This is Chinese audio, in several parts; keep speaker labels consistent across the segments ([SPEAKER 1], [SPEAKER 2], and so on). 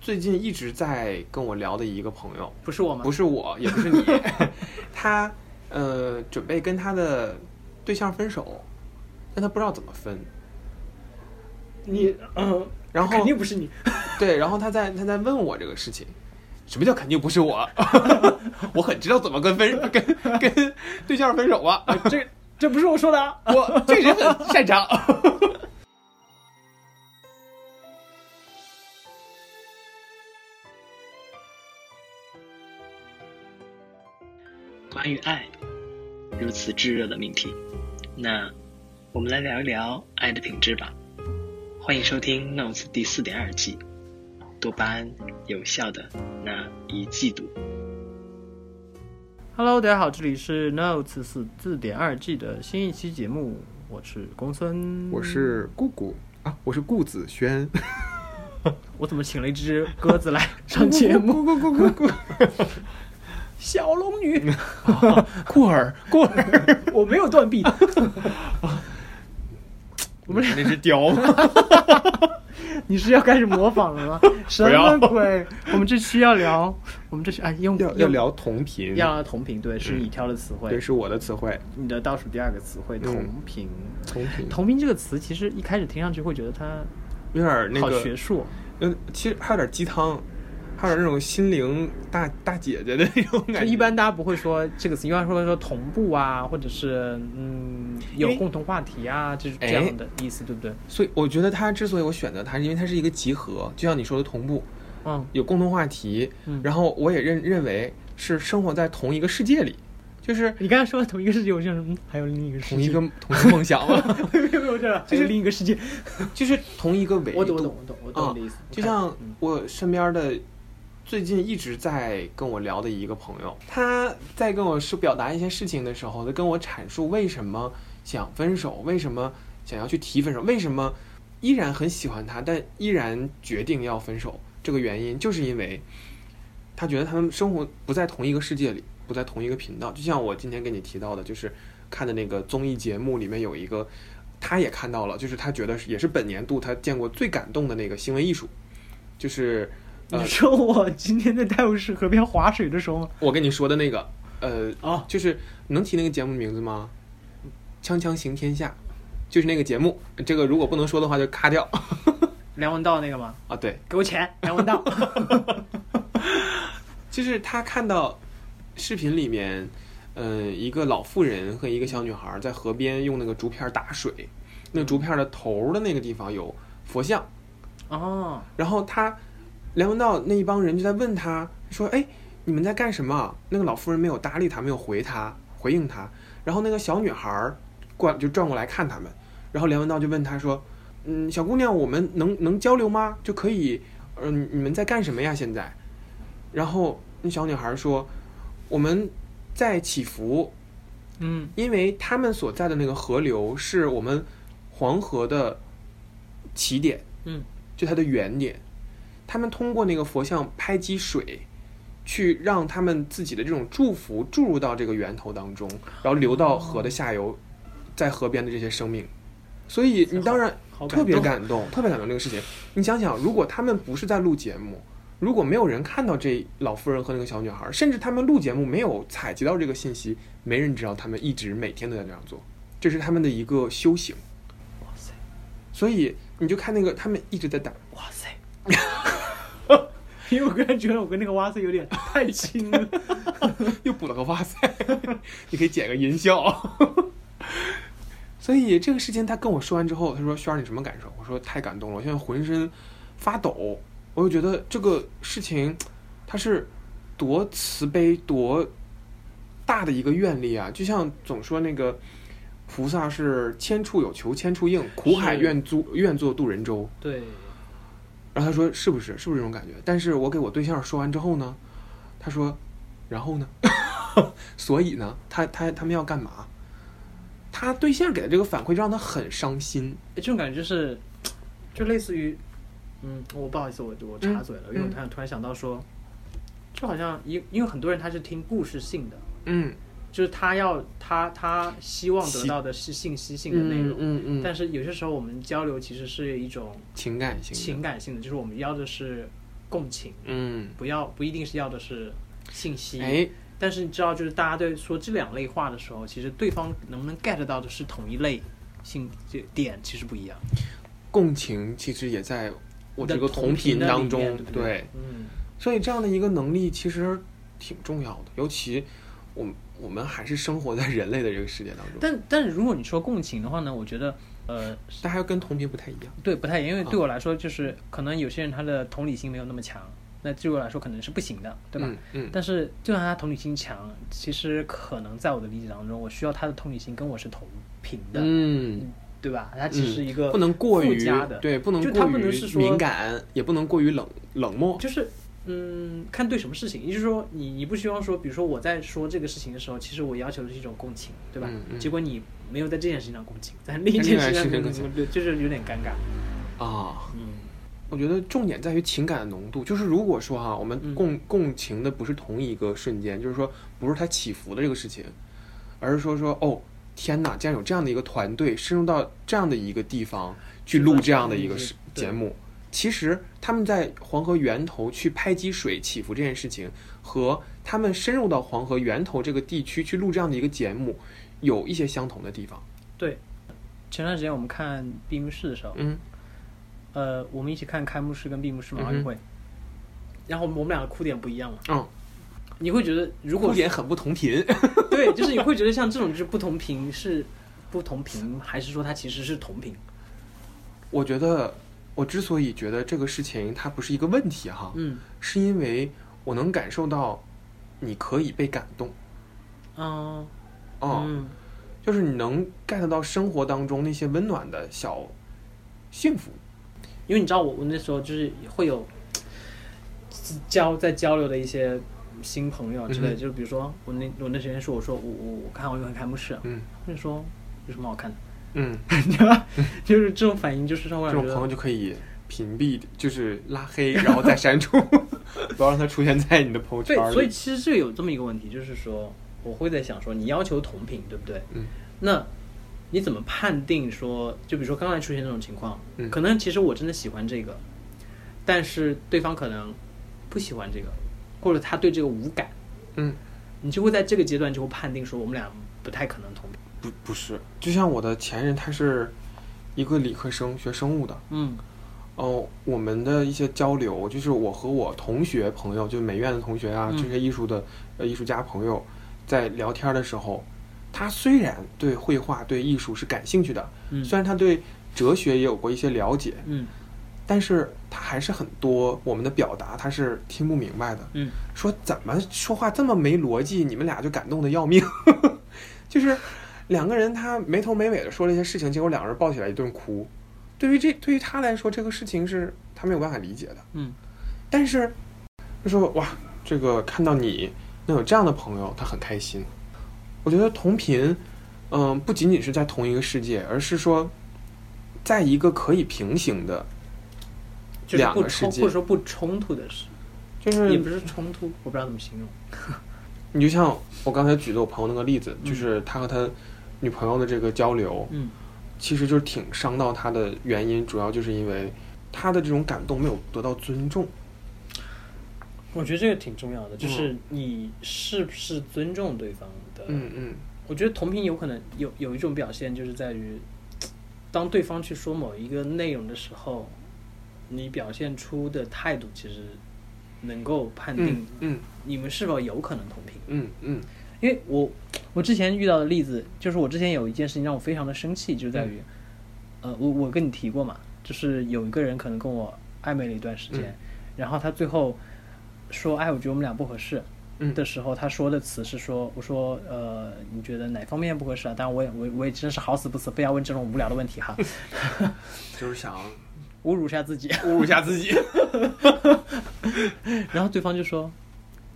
[SPEAKER 1] 最近一直在跟我聊的一个朋友，
[SPEAKER 2] 不是我吗？
[SPEAKER 1] 不是我，也不是 你，他呃准备跟他的对象分手，但他不知道怎么分。
[SPEAKER 2] 你嗯，
[SPEAKER 1] 然后
[SPEAKER 2] 肯定不是你。
[SPEAKER 1] 对，然后他在他在问我这个事情，什么叫肯定不是我？ 我很知道怎么跟分跟跟对象分手啊，
[SPEAKER 2] 啊这这不是我说的啊。
[SPEAKER 1] 我这人很擅长。
[SPEAKER 3] 关于爱，如此炙热的命题，那我们来聊一聊爱的品质吧。欢迎收听《Notes》第四点二季，多巴胺有效的那一季度。
[SPEAKER 2] Hello，大家好，这里是 Notes 四字典二 G 的新一期节目，我是公孙，
[SPEAKER 1] 我是姑姑啊，我是顾子轩。
[SPEAKER 2] 我怎么请了一只鸽子来上 节目？
[SPEAKER 1] 咕咕咕咕咕咕，
[SPEAKER 2] 小龙女，
[SPEAKER 1] 过儿过儿，
[SPEAKER 2] 我没有断臂。
[SPEAKER 1] 我们那只雕吗？
[SPEAKER 2] 你是要开始模仿了吗？什
[SPEAKER 1] 要
[SPEAKER 2] 么鬼？我们这期要聊，我们这期哎 用
[SPEAKER 1] 要要
[SPEAKER 2] 用
[SPEAKER 1] 聊同频，
[SPEAKER 2] 要同频，对，是你挑的词汇
[SPEAKER 1] 对，，是我嗯的词汇，
[SPEAKER 2] 你的倒数第二个词汇同频。
[SPEAKER 1] 同频，
[SPEAKER 2] 同频这个词其实一开始听上去会觉得它
[SPEAKER 1] 有点那
[SPEAKER 2] 好
[SPEAKER 1] 个
[SPEAKER 2] 学术，哦
[SPEAKER 1] 嗯，其实还有点鸡汤，还有点那种心灵大大姐姐的那种感
[SPEAKER 2] 就
[SPEAKER 1] 觉。
[SPEAKER 2] 一般大家不会说这个词，一般说说同步啊，或者是嗯
[SPEAKER 1] 因为
[SPEAKER 2] 有共同话题啊，就是
[SPEAKER 1] 哎
[SPEAKER 2] 这样的意思，对不对？
[SPEAKER 1] 所以我觉得它之所以我选择它，是因为它是一个集合，就像你说的同步，
[SPEAKER 2] 嗯
[SPEAKER 1] 有共同话题，
[SPEAKER 2] 嗯。
[SPEAKER 1] 然后我也认认为是生活在同一个世界里，就是
[SPEAKER 2] 你刚才说的同一个世界，我想什么？还有另一个世界，
[SPEAKER 1] 同一个同一个梦想 嘛，
[SPEAKER 2] 没有没有这个，
[SPEAKER 1] 就
[SPEAKER 2] 就是是另一个世界。
[SPEAKER 1] 就是同一个维度。
[SPEAKER 2] 我懂我懂我懂我懂你的意思。我
[SPEAKER 1] 就
[SPEAKER 2] 看
[SPEAKER 1] 像
[SPEAKER 2] 嗯
[SPEAKER 1] 我身边的最近一直在跟我聊的一个朋友，他在跟我说表达一些事情的时候，他跟我阐述为什么想分手，为什么想要去提分手，为什么依然很喜欢他，但依然决定要分手。这个原因就是因为他觉得他们生活不在同一个世界里，不在同一个频道。就像我今天跟你提到的，就是看的那个综艺节目里面有一个。他也看到了，就是他觉得是也是本年度他见过最感动的那个行为艺术，就是呃
[SPEAKER 2] 你说我今天在泰晤士河边划水的时候吗？
[SPEAKER 1] 我跟你说的那个，呃，
[SPEAKER 2] 哦，
[SPEAKER 1] 就是能提那个节目的名字吗？《锵锵行天下》，就是那个节目。这个如果不能说的话就咔掉
[SPEAKER 2] 梁文道那个吗？
[SPEAKER 1] 啊。对，
[SPEAKER 2] 给我钱，梁文道。
[SPEAKER 1] 就是他看到视频里面，嗯、一个老妇人和一个小女孩在河边用那个竹片打水，那竹片的头儿的那个地方有佛像。
[SPEAKER 2] 哦，
[SPEAKER 1] 然后他梁文道那一帮人就在问他说：“哎，你们在干什么？”那个老妇人没有搭理他，没有回他回应他。然后那个小女孩儿过就转过来看他们，然后梁文道就问她说：“嗯，小姑娘，我们能能交流吗？就可以，嗯、你们在干什么呀？现在？”然后那小女孩儿说：“我们在祈福，
[SPEAKER 2] 嗯，
[SPEAKER 1] 因为他们所在的那个河流是我们黄河的起点，
[SPEAKER 2] 嗯，
[SPEAKER 1] 就它的原点。他们通过那个佛像拍击水，去让他们自己的这种祝福注入到这个源头当中，然后流到河的下游，在河边的这些生命。所以你当然
[SPEAKER 2] 好
[SPEAKER 1] 特别
[SPEAKER 2] 动
[SPEAKER 1] 感动，特别感动这个事情。你想想，如果他们不是在录节目，如果没有人看到这老妇人和那个小女孩，甚至他们录节目没有采集到这个信息，没人知道他们一直每天都在这样做，这是他们的一个修行。
[SPEAKER 2] 哇塞，
[SPEAKER 1] 所以你就看那个他们一直在打，
[SPEAKER 2] 哇塞。 因为我刚才觉得我跟那个哇塞有点太 亲了，
[SPEAKER 1] 又补了个哇塞， 你可以剪个音效。所以这个事情他跟我说完之后，他说：“轩儿，你什么感受？”我说：“太感动了，我现在浑身发抖。”我就觉得这个事情，它是多慈悲、多大的一个愿力啊！就像总说那个菩萨是千处有求千处应，苦海
[SPEAKER 2] 是
[SPEAKER 1] 愿做愿做渡人舟。
[SPEAKER 2] 对，
[SPEAKER 1] 然后他说：“是不是？是不是这种感觉？”但是我给我对象说完之后呢，他说：“然后呢？ 所以呢？他他他们要干嘛？”他对象给的这个反馈让他很伤心。
[SPEAKER 2] 这种感觉就是，就类似于，嗯，我不好意思，我我插嘴了，
[SPEAKER 1] 嗯
[SPEAKER 2] 因为我突然突然想到说，就好像因因为很多人他是听故事性的，
[SPEAKER 1] 嗯，
[SPEAKER 2] 就是他要他他希望得
[SPEAKER 1] 信
[SPEAKER 2] 到的是信息性的内容，
[SPEAKER 1] 嗯嗯，
[SPEAKER 2] 但是有些时候我们交流其实是一种
[SPEAKER 1] 情感性的
[SPEAKER 2] 情感性的，就是我们要的是
[SPEAKER 4] 共情，
[SPEAKER 1] 嗯，
[SPEAKER 4] 不要不一定是要的是信息。
[SPEAKER 1] 哎，
[SPEAKER 4] 但是你知道，就是大家对说这两类话的时候，其实对方能不能 get 到的是同一类性这点其实不一样。
[SPEAKER 1] 共情其实也在我这
[SPEAKER 4] 在
[SPEAKER 1] 个
[SPEAKER 4] 同
[SPEAKER 1] 同频
[SPEAKER 4] 频的里
[SPEAKER 1] 当
[SPEAKER 4] 面
[SPEAKER 1] 中，
[SPEAKER 4] 对不对
[SPEAKER 1] 对，
[SPEAKER 4] 嗯，
[SPEAKER 1] 所以这样的一个能力其实挺重要的，尤其我们我们还是生活在人类的这个世界当中，
[SPEAKER 4] 但但是如果你说共情的话呢，我觉得呃
[SPEAKER 1] 但还跟同频不太一样。
[SPEAKER 4] 对，不太一样，因为
[SPEAKER 1] 啊
[SPEAKER 4] 对我来说，就是可能有些人他的同理心没有那么强，那对我来说可能是不行的，对吧？
[SPEAKER 1] 嗯？嗯，
[SPEAKER 4] 但是就算他同理心强，其实可能在我的理解当中，我需要他的同理心跟我是同频的，
[SPEAKER 1] 嗯，
[SPEAKER 4] 对吧？他其实是一个、
[SPEAKER 1] 不能过
[SPEAKER 4] 附
[SPEAKER 1] 于
[SPEAKER 4] 加的
[SPEAKER 1] 对，不能
[SPEAKER 4] 就
[SPEAKER 1] 过
[SPEAKER 4] 他
[SPEAKER 1] 于
[SPEAKER 4] 不能是说
[SPEAKER 1] 敏感，也不能过于冷冷漠。
[SPEAKER 4] 就是嗯，看对什么事情，也就是说你，你不希望说，比如说我在说这个事情的时候，其实我要求的是一种共情，对吧？
[SPEAKER 1] 嗯嗯
[SPEAKER 4] 结果你没有在这件事情上共情，在另一
[SPEAKER 1] 在
[SPEAKER 4] 件
[SPEAKER 1] 另外
[SPEAKER 4] 事情
[SPEAKER 1] 事
[SPEAKER 4] 上
[SPEAKER 1] 情
[SPEAKER 4] 共
[SPEAKER 1] 上
[SPEAKER 4] 情，对，就是有点尴尬。
[SPEAKER 1] 啊，
[SPEAKER 4] 嗯，
[SPEAKER 1] 我觉得重点在于情感的浓度。就是如果说哈、我
[SPEAKER 4] 嗯
[SPEAKER 1] 们共、共情的不是同一个瞬间，就是说不是它起伏的这个事情，而是说说哦，天哪，竟然有这样的一个团队深入到这样的一个地方去
[SPEAKER 4] 是
[SPEAKER 1] 录
[SPEAKER 4] 吧
[SPEAKER 1] 这样的
[SPEAKER 4] 嗯
[SPEAKER 1] 一个
[SPEAKER 4] 嗯
[SPEAKER 1] 事
[SPEAKER 4] 对
[SPEAKER 1] 节目。其实他们在黄河源头去拍击水起伏这件事情，和他们深入到黄河源头这个地区去录这样的一个节目，有一些相同的地方。
[SPEAKER 4] 前段时间我们看闭幕式的时候，
[SPEAKER 1] 嗯
[SPEAKER 4] 呃，我们一起看开幕式跟闭幕式嘛
[SPEAKER 1] 嗯
[SPEAKER 4] 奥
[SPEAKER 1] 哼
[SPEAKER 4] 运会，然后我们俩的哭点不一样嘛，
[SPEAKER 1] 嗯，
[SPEAKER 4] 你会觉得如果
[SPEAKER 1] 观点很不同频。
[SPEAKER 4] 对，就是你会觉得像这种就是不同频是不同频，还是说它其实是同频？
[SPEAKER 1] 哦我觉得，我之所以觉得这个事情它不是一个问题哈，
[SPEAKER 4] 嗯
[SPEAKER 1] 是因为我能感受到你可以被感动
[SPEAKER 4] 嗯
[SPEAKER 1] 啊、
[SPEAKER 4] 嗯
[SPEAKER 1] 就是你能 get 到生活当中那些温暖的小幸福。
[SPEAKER 4] 因为你知道我我那时候就是会有交在交流的一些新朋友之类的，
[SPEAKER 1] 嗯哼
[SPEAKER 4] 就是比如说我那我那时间说我说我我我看奥运会开幕式、啊，
[SPEAKER 1] 嗯
[SPEAKER 4] 他就说有什么好看的，
[SPEAKER 1] 嗯，
[SPEAKER 4] 你知道吧？就是这种反应就是让我
[SPEAKER 1] 这
[SPEAKER 4] 觉
[SPEAKER 1] 种朋友
[SPEAKER 4] 得
[SPEAKER 1] 就可以屏蔽，就是拉黑，然后再删 除，不要让他出现在你的朋友圈
[SPEAKER 4] 对，
[SPEAKER 1] 里。
[SPEAKER 4] 所以其实这个有这么一个问题，就是说我会在想说你要求同频对不对？
[SPEAKER 1] 嗯，
[SPEAKER 4] 那你怎么判定说，就比如说刚才出现这种情况，
[SPEAKER 1] 嗯
[SPEAKER 4] 可能其实我真的喜欢这个，但是对方可能不喜欢这个，或者他对这个无感，
[SPEAKER 1] 嗯，
[SPEAKER 4] 你就会在这个阶段就会判定说我们俩不太可能同频。
[SPEAKER 1] 不不是，就像我的前任，他是一个理科生，学生物的。
[SPEAKER 4] 嗯
[SPEAKER 1] 哦，我们的一些交流，就是我和我同学朋友，就是美院的同学啊，
[SPEAKER 4] 嗯
[SPEAKER 1] 这些艺术的呃艺术家朋友，在聊天的时候，他虽然对绘画、对艺术是感兴趣的，
[SPEAKER 4] 嗯
[SPEAKER 1] 虽然他对哲学也有过一些了解，
[SPEAKER 4] 嗯
[SPEAKER 1] 但是他还是很多我们的表达他是听不明白的。
[SPEAKER 4] 嗯，
[SPEAKER 1] 说怎么说话这么没逻辑，你们俩就感动的要命， 就是两个人他没头没尾的说了一些事情，结果两个人抱起来一顿哭。对于这对于他来说，这个事情是他没有办法理解的。
[SPEAKER 4] 嗯，
[SPEAKER 1] 但是就说哇，这个看到你能有这样的朋友，他很开心。我觉得同频，嗯、不仅仅是在同一个世界，而是说，在一个可以平行的，
[SPEAKER 4] 就是
[SPEAKER 1] 两
[SPEAKER 4] 不
[SPEAKER 1] 个世
[SPEAKER 4] 冲
[SPEAKER 1] 界
[SPEAKER 4] 或者说不冲突的事，
[SPEAKER 1] 就是
[SPEAKER 4] 也不是冲突，我不知道怎么形容。
[SPEAKER 1] 你就像我刚才举的我朋友那个例子，
[SPEAKER 4] 嗯
[SPEAKER 1] 就是他和他女朋友的这个交流，
[SPEAKER 4] 嗯
[SPEAKER 1] 其实就是挺伤到他的原因，主要就是因为他的这种感动没有得到尊重。
[SPEAKER 4] 我觉得这个挺重要的，就是你是不是尊重对方的。
[SPEAKER 1] 嗯嗯
[SPEAKER 4] 我觉得同频有可能有有一种表现，就是在于，当对方去说某一个内容的时候，你表现出的态度其实能够判定
[SPEAKER 1] 嗯嗯
[SPEAKER 4] 你们是否有可能同频。
[SPEAKER 1] 嗯嗯
[SPEAKER 4] 因为我我之前遇到的例子，就是我之前有一件事情让我非常的生气，就
[SPEAKER 1] 嗯
[SPEAKER 4] 在于，呃，我我跟你提过嘛，就是有一个人可能跟我暧昧了一段时间，
[SPEAKER 1] 嗯
[SPEAKER 4] 然后他最后说，哎，我觉得我们俩不合适。
[SPEAKER 1] 嗯
[SPEAKER 4] 的时候，他说的词是说，我说，呃，你觉得哪方面不合适啊？当然，我也我也我也真是好死不死，非要问这种无聊的问题哈，
[SPEAKER 1] 就是想
[SPEAKER 4] 侮辱一下自己。
[SPEAKER 1] 侮辱一下自己。
[SPEAKER 4] 然后对方就说，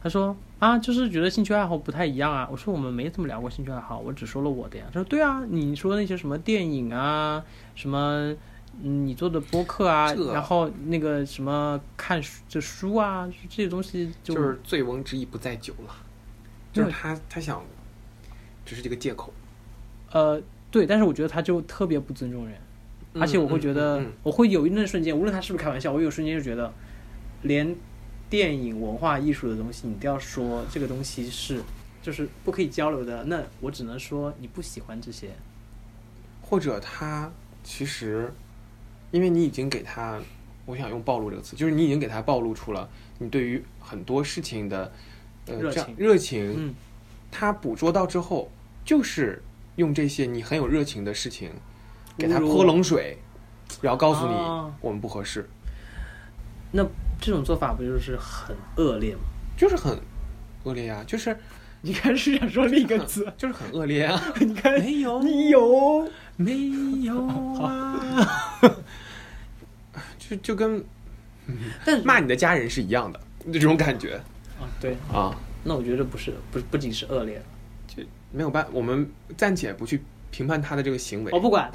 [SPEAKER 4] 他说啊，就是觉得兴趣爱好不太一样啊。我说我们没怎么聊过兴趣爱好，我只说了我的呀。他说对啊，你说那些什么电影啊，什么嗯你做的播客啊
[SPEAKER 1] 这，
[SPEAKER 4] 然后那个什么看书这书啊，这些东西就
[SPEAKER 1] 就是醉翁之意不在酒了，就是他他想，只是这个借口。
[SPEAKER 4] 呃对，但是我觉得他就特别不尊重人，而且我会觉得、
[SPEAKER 1] 嗯嗯嗯
[SPEAKER 4] 我会有一那瞬间，无论他是不是开玩笑，我有瞬间就觉得连电影文化艺术的东西，你都要说这个东西是就是不可以交流的，那我只能说你不喜欢这些。
[SPEAKER 1] 或者他其实，因为你已经给他，我想用暴露这个词，就是你已经给他暴露出了你对于很多事情的呃
[SPEAKER 4] 热
[SPEAKER 1] 这样
[SPEAKER 4] 情
[SPEAKER 1] 热情，
[SPEAKER 4] 嗯
[SPEAKER 1] 他捕捉到之后，就是用这些你很有热情的事情给他
[SPEAKER 4] 侮辱
[SPEAKER 1] 泼冷水，然后告诉你、
[SPEAKER 4] 啊
[SPEAKER 1] 我们不合适，
[SPEAKER 4] 那这种做法不就是很恶劣吗？
[SPEAKER 1] 就是很恶劣呀、就是
[SPEAKER 4] 你看是想说另一个 词，
[SPEAKER 1] 就是很恶劣啊，
[SPEAKER 4] 你看
[SPEAKER 1] 没有
[SPEAKER 4] 你有
[SPEAKER 1] 没
[SPEAKER 4] 有啊？
[SPEAKER 1] 就就跟
[SPEAKER 4] 但 是
[SPEAKER 1] 骂你的家人是一样的这种感觉
[SPEAKER 4] 啊，对，
[SPEAKER 1] 啊，
[SPEAKER 4] 那我觉得不是，不不仅是恶劣，
[SPEAKER 1] 就没有办，我们暂且不去评判他的这个行为
[SPEAKER 4] 哦我。不管，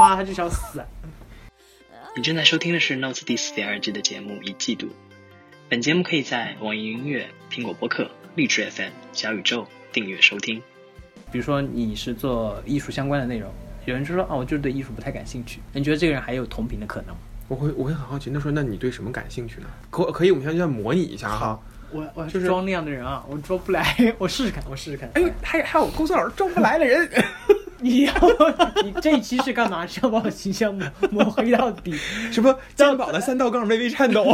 [SPEAKER 4] 妈他就想死。啊
[SPEAKER 3] 你正在收听的是《Notes》第四点二季的节目《一季度》。本节目可以在网易音乐、苹果播客、荔枝 FM、小宇宙订阅收听。
[SPEAKER 4] 比如说你是做艺术相关的内容，有人就说啊，我就是对艺术不太感兴趣。你觉得这个人还有同频的可能？
[SPEAKER 1] 我会我会很好奇，那说那你对什么感兴趣呢？可可以，我们现在就来模拟一下哈。
[SPEAKER 4] 我我
[SPEAKER 1] 就是
[SPEAKER 4] 是装那样的人啊，我装不来， 我试试看，我试试看。
[SPEAKER 1] 哎呦，还有还有公司老师招不来的人，
[SPEAKER 4] 你要你这一期是干嘛？是要把我形象抹抹黑到啊底？
[SPEAKER 1] 什么鉴宝的三道杠微微颤抖，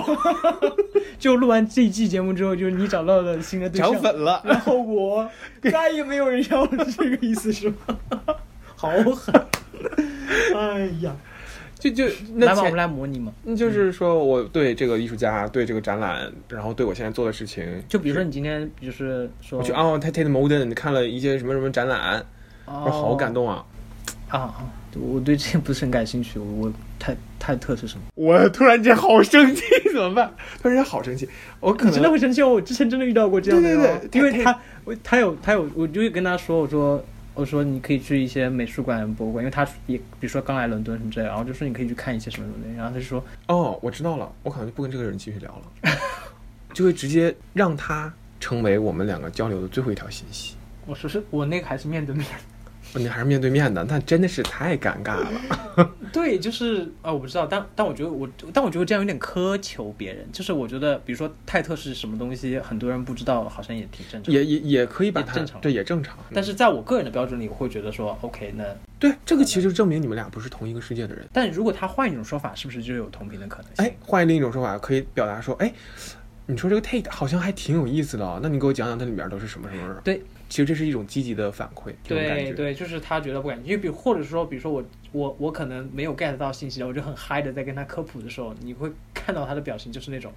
[SPEAKER 4] 就录完这一期节目之后，就是你找到了新的对象
[SPEAKER 1] 涨，粉了。
[SPEAKER 4] 然后我再也没有人要了，这个意思是吗？ 好 狠！哎呀，
[SPEAKER 1] 就就那
[SPEAKER 4] 来吧，我
[SPEAKER 1] 前
[SPEAKER 4] 们来模拟嘛。
[SPEAKER 1] 那就是说我对这个艺术家，对这个展览，然后对我现在做的事情，
[SPEAKER 4] 就比如说你今天就是说
[SPEAKER 1] 我去哦，他 Tate Modern 看了一些什么什么展览，我
[SPEAKER 4] 哦
[SPEAKER 1] 说好感动啊。
[SPEAKER 4] 啊啊！我对这个不是很感兴趣，我我泰泰特是什么？
[SPEAKER 1] 我突然间好生气，怎么办？突然间好生气，我可
[SPEAKER 4] 你真的
[SPEAKER 1] 能
[SPEAKER 4] 会生气哦！我之前真的遇到过这样的人哦，
[SPEAKER 1] 对对对
[SPEAKER 4] 因
[SPEAKER 1] 泰
[SPEAKER 4] 为他我他有他有，我就会跟他说，我说我说你可以去一些美术馆、博物馆，因为他也比如说刚来伦敦什么之类的，然后就说你可以去看一些什么什么的，然后他就说
[SPEAKER 1] 哦，我知道了，我可能就不跟这个人继续聊了，就会直接让他成为我们两个交流的最后一条信息。
[SPEAKER 4] 我说是我那个还是面对 面。
[SPEAKER 1] 哦你还是面对面的，那真的是太尴尬了。
[SPEAKER 4] 对，就是啊、我不知道，但但我觉得我，但我觉得这样有点苛求别人。就是我觉得，比如说泰特是什么东西，很多人不知道，好像也挺正常。
[SPEAKER 1] 也也也可以把
[SPEAKER 4] 也
[SPEAKER 1] 它
[SPEAKER 4] 正常
[SPEAKER 1] 对也正常，
[SPEAKER 4] 但是在我个人的标准里，我会觉得说，OK，那
[SPEAKER 1] 对这个其实就证明你们俩不是同一个世界的人。
[SPEAKER 4] 但如果他换一种说法，是不是就有同频的可能性？
[SPEAKER 1] 哎，换另一种说法，可以表达说，哎，你说这个 Tate 好像还挺有意思的哦，那你给我讲讲它里面都是什么什么什么？
[SPEAKER 4] 对，
[SPEAKER 1] 其实这是一种积极的反馈，这种感
[SPEAKER 4] 对
[SPEAKER 1] 觉。
[SPEAKER 4] 对，就是他觉得不感兴趣，就比或者说，比如说我我我可能没有 get 到信息的，我就很嗨的在跟他科普的时候，你会看到他的表情就是那种，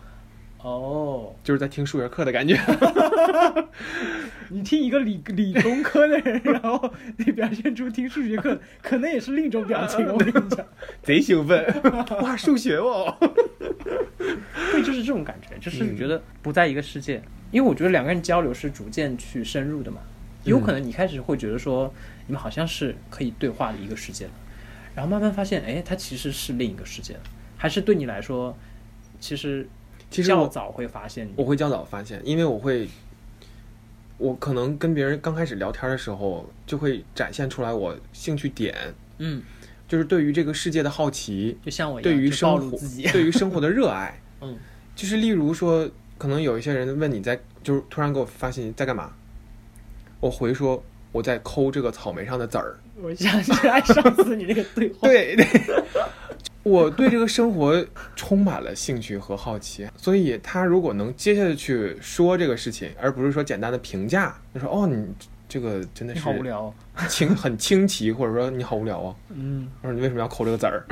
[SPEAKER 4] 哦，
[SPEAKER 1] 就是在听数学课的感觉。
[SPEAKER 4] 你听一个理理工科的人，然后你表现出听数学课，可能也是另一种表 情。我跟你讲，
[SPEAKER 1] 贼兴 奋，哇，数学哦！
[SPEAKER 4] 对，就是这种感觉，就是你觉
[SPEAKER 1] 嗯
[SPEAKER 4] 得不在一个世界，因为我觉得两个人交流是逐渐去深入的嘛，有
[SPEAKER 1] 嗯
[SPEAKER 4] 可能你开始会觉得说你们好像是可以对话的一个世界的，然后慢慢发现，哎，它其实是另一个世界的，还是对你来说，其实
[SPEAKER 1] 其实
[SPEAKER 4] 较
[SPEAKER 1] 我
[SPEAKER 4] 早会发现你
[SPEAKER 1] 我会较早发现，因为我会，我可能跟别人刚开始聊天的时候，就会展现出来我兴趣点，
[SPEAKER 4] 嗯，
[SPEAKER 1] 就是对于这个世界的好奇，
[SPEAKER 4] 就像我一样，
[SPEAKER 1] 对于
[SPEAKER 4] 就暴
[SPEAKER 1] 生
[SPEAKER 4] 露
[SPEAKER 1] 活
[SPEAKER 4] 自己，，
[SPEAKER 1] 对于生活的热爱。
[SPEAKER 4] 嗯，
[SPEAKER 1] 就是例如说，可能有一些人问你在，就是突然给我发信息在干嘛，我回说我在抠这个草莓上的籽儿。
[SPEAKER 4] 我想起来上次你那个对话，
[SPEAKER 1] 对 对，我对这个生活充满了兴趣和好奇，所以他如果能接下去说这个事情，而不是说简单的评价，就说哦你这个真的
[SPEAKER 4] 你
[SPEAKER 1] 是
[SPEAKER 4] 好无聊、哦，
[SPEAKER 1] 清很清奇，或者说你好无聊啊，
[SPEAKER 4] 嗯。
[SPEAKER 1] 我说你为什么要抠这个字儿？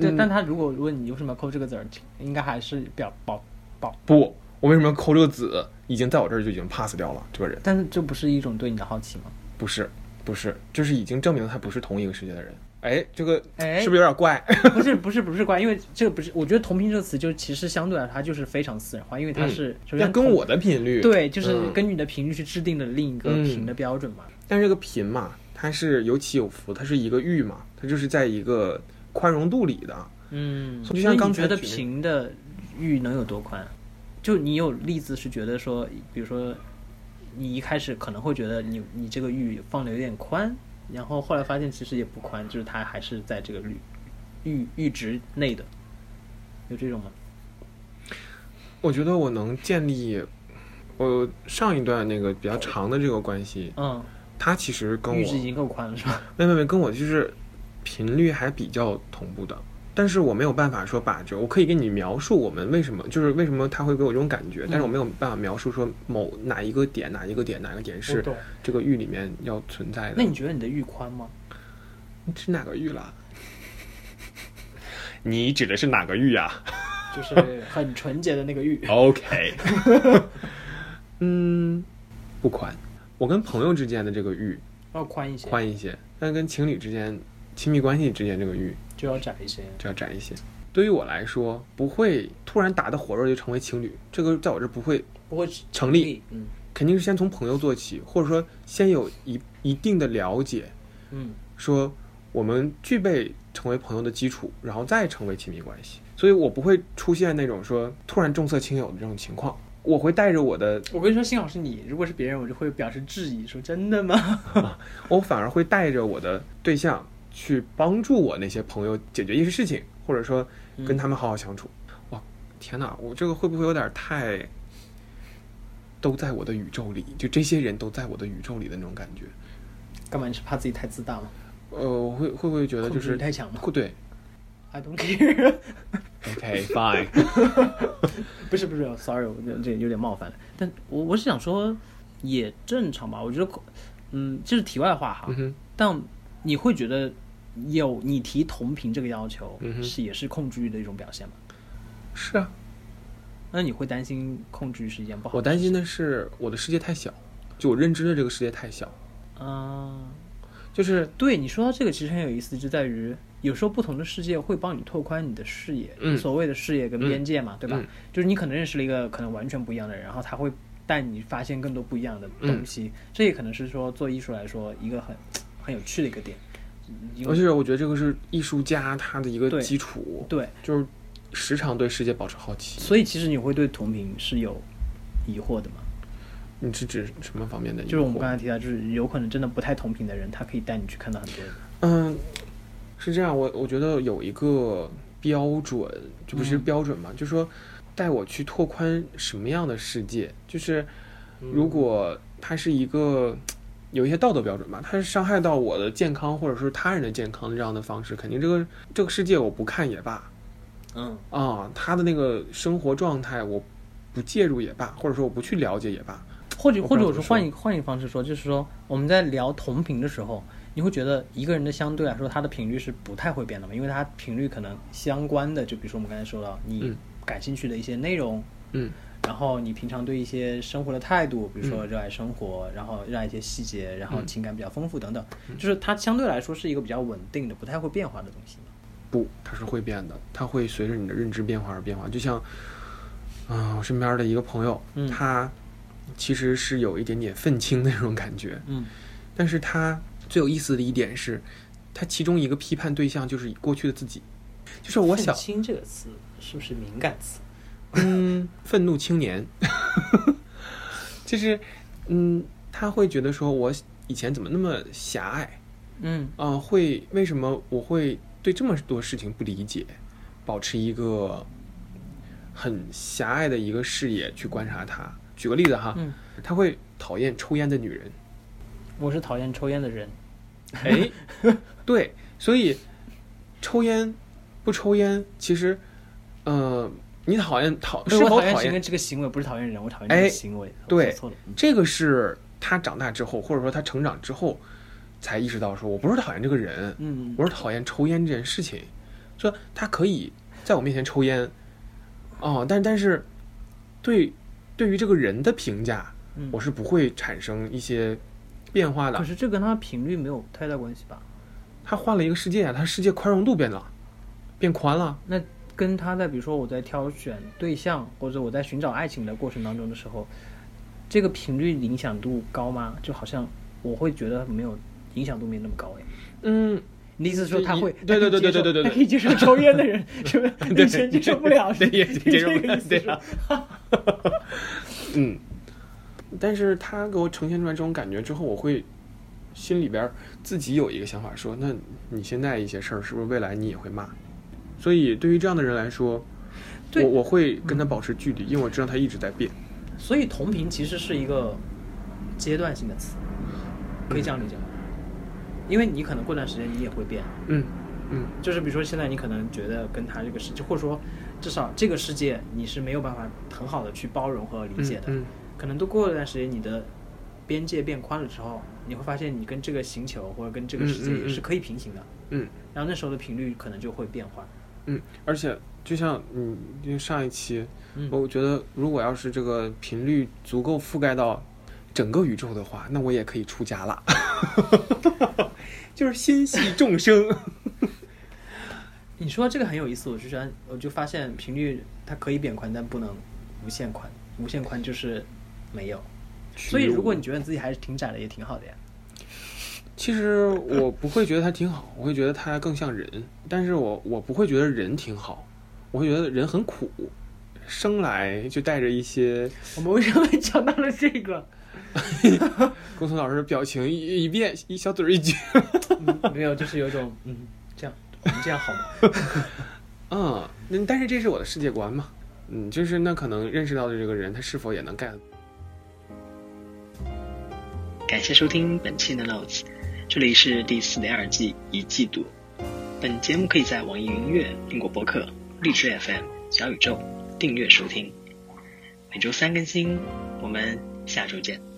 [SPEAKER 4] 对，
[SPEAKER 1] 嗯
[SPEAKER 4] 但他如果问你为什么要扣这个字儿，应该还是表保保，
[SPEAKER 1] 不，我为什么要抠这个子？已经在我这儿就已经 pass 掉了，这个人
[SPEAKER 4] 但是这不是一种对你的好奇吗？
[SPEAKER 1] 不是不是，就是已经证明他不是同一个世界的人。哎，这个
[SPEAKER 4] 哎
[SPEAKER 1] 是不是有点怪？
[SPEAKER 4] 不是不是不是怪，因为这个不是，我觉得同频这个词就是其实相对来说它就是非常私人化，因为它是首
[SPEAKER 1] 嗯要
[SPEAKER 4] 先
[SPEAKER 1] 跟
[SPEAKER 4] 同
[SPEAKER 1] 我的频率
[SPEAKER 4] 对，就是
[SPEAKER 1] 嗯
[SPEAKER 4] 根据你的频率去制定的另一个
[SPEAKER 1] 嗯
[SPEAKER 4] 频的标准嘛。
[SPEAKER 1] 但是这个频嘛，它是有起有伏，它是一个域嘛，它就是在一个宽容度里的。
[SPEAKER 4] 嗯，
[SPEAKER 1] 就
[SPEAKER 4] 所以
[SPEAKER 1] 像刚
[SPEAKER 4] 你
[SPEAKER 1] 才
[SPEAKER 4] 觉得
[SPEAKER 1] 举那
[SPEAKER 4] 频的域能有多宽？就你有例子是觉得说，比如说你一开始可能会觉得你你这个域放的有点宽，然后后来发现其实也不宽，就是它还是在这个域域域值内的，有这种吗？
[SPEAKER 1] 我觉得我能建立我上一段那个比较长的这个关系，
[SPEAKER 4] 嗯，
[SPEAKER 1] 它其实跟我
[SPEAKER 4] 阈值已经够宽了是吧？
[SPEAKER 1] 没没没，跟我就是频率还比较同步的，但是我没有办法说把这，我可以跟你描述我们为什么，就是为什么他会给我这种感觉，但是我没有办法描述说某哪一个点、哪一个点、哪个点
[SPEAKER 4] 我
[SPEAKER 1] 是
[SPEAKER 4] 懂。
[SPEAKER 1] 这个域里面要存在的。
[SPEAKER 4] 那你觉得你的域宽吗？
[SPEAKER 1] 是哪个域啦？ 你指的是哪个域 啊。
[SPEAKER 4] 就是很纯洁的那个域
[SPEAKER 1] ？OK，嗯，不宽。我跟朋友之间的这个域
[SPEAKER 4] 要宽一些，
[SPEAKER 1] 宽一些，但跟情侣之间、亲密关系之间这个域
[SPEAKER 4] 就要窄一些。
[SPEAKER 1] 就要窄一些。对于我来说，不会突然打得火热就成为情侣，这个在我这不会
[SPEAKER 4] 不会
[SPEAKER 1] 成立，
[SPEAKER 4] 立，嗯
[SPEAKER 1] 肯定是先从朋友做起，或者说先有一一定的了解，
[SPEAKER 4] 嗯，
[SPEAKER 1] 说我们具备成为朋友的基础，然后再成为亲密关系。所以我不会出现那种说突然重色轻友的这种情况，我会带着我的，
[SPEAKER 4] 我跟你说，幸好是你，如果是别人，我就会表示质疑，说真的吗？
[SPEAKER 1] 我反而会带着我的对象去帮助我那些朋友解决一些事情，或者说
[SPEAKER 4] 嗯
[SPEAKER 1] 跟他们好好相处。哇，天哪，我这个会不会有点太都在我的宇宙里？就这些人都在我的宇宙里的那种感觉。
[SPEAKER 4] 干嘛？你是怕自己太自大吗？
[SPEAKER 1] 呃，我会会不会觉得就
[SPEAKER 4] 控制
[SPEAKER 1] 是
[SPEAKER 4] 欲太强吗
[SPEAKER 1] 对
[SPEAKER 4] ？I don't care。
[SPEAKER 1] ，OK fine，
[SPEAKER 4] 不是不是，sorry，我这这有点冒犯了。但我我是想说，也正常吧。我觉得，嗯，这是题外话哈。
[SPEAKER 1] 嗯哼，
[SPEAKER 4] 但你会觉得有你提同频这个要求，
[SPEAKER 1] 嗯哼
[SPEAKER 4] 是也是控制欲的一种表现吗？
[SPEAKER 1] 是啊，
[SPEAKER 4] 那你会担心控制欲是一件不好
[SPEAKER 1] 我
[SPEAKER 4] 的
[SPEAKER 1] 担
[SPEAKER 4] 事情？
[SPEAKER 1] 心的是我的世界太小，就我认知的这个世界太小，
[SPEAKER 4] 嗯、
[SPEAKER 1] 就是
[SPEAKER 4] 对你说到这个，其实很有意思，就在于有时候不同的世界会帮你拓宽你的视野，
[SPEAKER 1] 嗯
[SPEAKER 4] 所谓的视野跟边界嘛，对吧？
[SPEAKER 1] 嗯
[SPEAKER 4] 就是你可能认识了一个可能完全不一样的人，然后他会带你发现更多不一样的
[SPEAKER 1] 嗯
[SPEAKER 4] 东西，这也可能是说做艺术来说一个很很有趣的一个点。因
[SPEAKER 1] 尤
[SPEAKER 4] 为
[SPEAKER 1] 其是我觉得这个是艺术家他的一个
[SPEAKER 4] 对
[SPEAKER 1] 基础，
[SPEAKER 4] 对，
[SPEAKER 1] 就是时常对世界保持好奇。
[SPEAKER 4] 所以其实你会对同频是有疑惑的嘛？
[SPEAKER 1] 你是指什么方面的疑惑？
[SPEAKER 4] 就是我们刚才提到，就是有可能真的不太同频的人，他可以带你去看到很多人。
[SPEAKER 1] 嗯，是这样，我我觉得有一个标准，就不
[SPEAKER 4] 嗯
[SPEAKER 1] 是标准嘛，就说带我去拓宽什么样的世界，就是如果它是一个有一些道德标准吧，它是伤害到我的健康或者说他人的健康的这样的方式，肯定这个这个世界我不看也罢，
[SPEAKER 4] 嗯
[SPEAKER 1] 啊，他的那个生活状态我不介入也罢，或者说我不去了解也罢，
[SPEAKER 4] 或者
[SPEAKER 1] 我
[SPEAKER 4] 或
[SPEAKER 1] 不知道
[SPEAKER 4] 者我
[SPEAKER 1] 怎么
[SPEAKER 4] 说换一换一个方式说，就是说我们在聊同频的时候，你会觉得一个人的相对来说他的频率是不太会变的嘛？因为他频率可能相关的，就比如说我们刚才说到你
[SPEAKER 1] 嗯
[SPEAKER 4] 感兴趣的一些内容，
[SPEAKER 1] 嗯
[SPEAKER 4] 然后你平常对一些生活的态度，比如说热爱生活，然后热爱一些细节，然后情感比较丰富等等，就是它相对来说是一个比较稳定的、不太会变化的东西嘛。
[SPEAKER 1] 不，它是会变的，它会随着你的认知变化而变化。就像，啊、我身边的一个朋友，
[SPEAKER 4] 嗯
[SPEAKER 1] 他其实是有一点点愤青的那种感觉，
[SPEAKER 4] 嗯，
[SPEAKER 1] 但是他最有意思的一点是，他其中一个批判对象就是过去的自己，就是我小
[SPEAKER 4] 愤青这个词是不是敏感词？
[SPEAKER 1] 嗯，愤怒青年， 就是嗯，他会觉得说我以前怎么那么狭隘，
[SPEAKER 4] 嗯
[SPEAKER 1] 啊、会为什么我会对这么多事情不理解，保持一个很狭隘的一个视野去观察它。举个例子哈，
[SPEAKER 4] 嗯，
[SPEAKER 1] 他会讨厌抽烟的女人。
[SPEAKER 4] 我是讨厌抽烟的人。
[SPEAKER 1] 哎，对，所以抽烟不抽烟，其实，呃，你讨厌讨
[SPEAKER 4] 不
[SPEAKER 1] 是
[SPEAKER 4] 是我
[SPEAKER 1] 否
[SPEAKER 4] 讨厌
[SPEAKER 1] 讨
[SPEAKER 4] 是因为
[SPEAKER 1] 厌，
[SPEAKER 4] 这个行为，不是讨厌人，我讨厌这
[SPEAKER 1] 哎
[SPEAKER 4] 个行为。我
[SPEAKER 1] 对
[SPEAKER 4] 说错了。嗯
[SPEAKER 1] 这个是他长大之后，或者说他成长之后才意识到，说我不是讨厌这个人，
[SPEAKER 4] 嗯，
[SPEAKER 1] 我是讨厌抽烟这件事情，说他可以在我面前抽烟，哦，但但是对对于这个人的评价，
[SPEAKER 4] 嗯
[SPEAKER 1] 我是不会产生一些变化
[SPEAKER 4] 可
[SPEAKER 1] 的。
[SPEAKER 4] 是这跟他频率没有太大关系吧？
[SPEAKER 1] 他换了一个世界啊，他世界宽容度变了，变宽了。
[SPEAKER 4] 那跟他在比如说我在挑选对象，或者我在寻找爱情的过程当中的时候，这个频率影响度高吗？就好像我会觉得没有影响度没那么高哎。
[SPEAKER 1] 嗯，
[SPEAKER 4] 你的意思是说
[SPEAKER 1] 对
[SPEAKER 4] 他
[SPEAKER 1] 一
[SPEAKER 4] 会
[SPEAKER 1] 对对对对对对对
[SPEAKER 4] 他可以接受抽烟的人是 不是？
[SPEAKER 1] 对
[SPEAKER 4] 以前接受不了，
[SPEAKER 1] 对
[SPEAKER 4] 是
[SPEAKER 1] 也
[SPEAKER 4] 是
[SPEAKER 1] 接受
[SPEAKER 4] 这
[SPEAKER 1] 不
[SPEAKER 4] 个
[SPEAKER 1] 了
[SPEAKER 4] 意思
[SPEAKER 1] 对
[SPEAKER 4] 是吧
[SPEAKER 1] 嗯，但是他给我呈现出来这种感觉之后，我会心里边儿自己有一个想法说，那你现在一些事儿是不是未来你也会骂？所以对于这样的人来说，我
[SPEAKER 4] 对
[SPEAKER 1] 我会跟他保持距离，因为我知道他一直在变。
[SPEAKER 4] 所以同频其实是一个阶段性的词，可以这样理解吗？因为你可能过段时间你也会变，
[SPEAKER 1] 嗯嗯
[SPEAKER 4] 就是比如说现在你可能觉得跟他这个世界，或者说至少这个世界你是没有办法很好的去包容和理
[SPEAKER 1] 嗯
[SPEAKER 4] 解的，
[SPEAKER 1] 嗯
[SPEAKER 4] 可能都过了段时间你的边界变宽了之后，你会发现你跟这个星球或者跟这个
[SPEAKER 1] 嗯
[SPEAKER 4] 世
[SPEAKER 1] 嗯
[SPEAKER 4] 界
[SPEAKER 1] 嗯
[SPEAKER 4] 也是可以平行的，
[SPEAKER 1] 嗯
[SPEAKER 4] 然后那时候的频率可能就会变化。
[SPEAKER 1] 嗯，而且就像你就上一期，
[SPEAKER 4] 嗯
[SPEAKER 1] 我觉得如果要是这个频率足够覆盖到整个宇宙的话，那我也可以出家了，就是心系众生。
[SPEAKER 4] 你说这个很有意思，我就觉得我就发现频率它可以变宽，但不能无限宽，无限宽就是没有。所以如果你觉得你自己还是挺窄的，也挺好的呀。
[SPEAKER 1] 其实我不会觉得他挺好，我会觉得他更像人，但是我我不会觉得人挺好，我会觉得人很苦，生来就带着一些。
[SPEAKER 4] 我们为什么讲到了这个？
[SPEAKER 1] 工程老师表情一一变，一小嘴儿一撅。
[SPEAKER 4] 没有，就是有一种嗯，这样我们这样好吗？
[SPEAKER 1] 嗯，那但是这是我的世界观嘛，嗯，就是那可能认识到的这个人，他是否也能 get
[SPEAKER 3] 感谢收听本期的 Notes，这里是第四点二季一季度。本节目可以在网易云音乐、苹果播客、荔枝 FM、小宇宙订阅收听，每周三更新。我们下周见。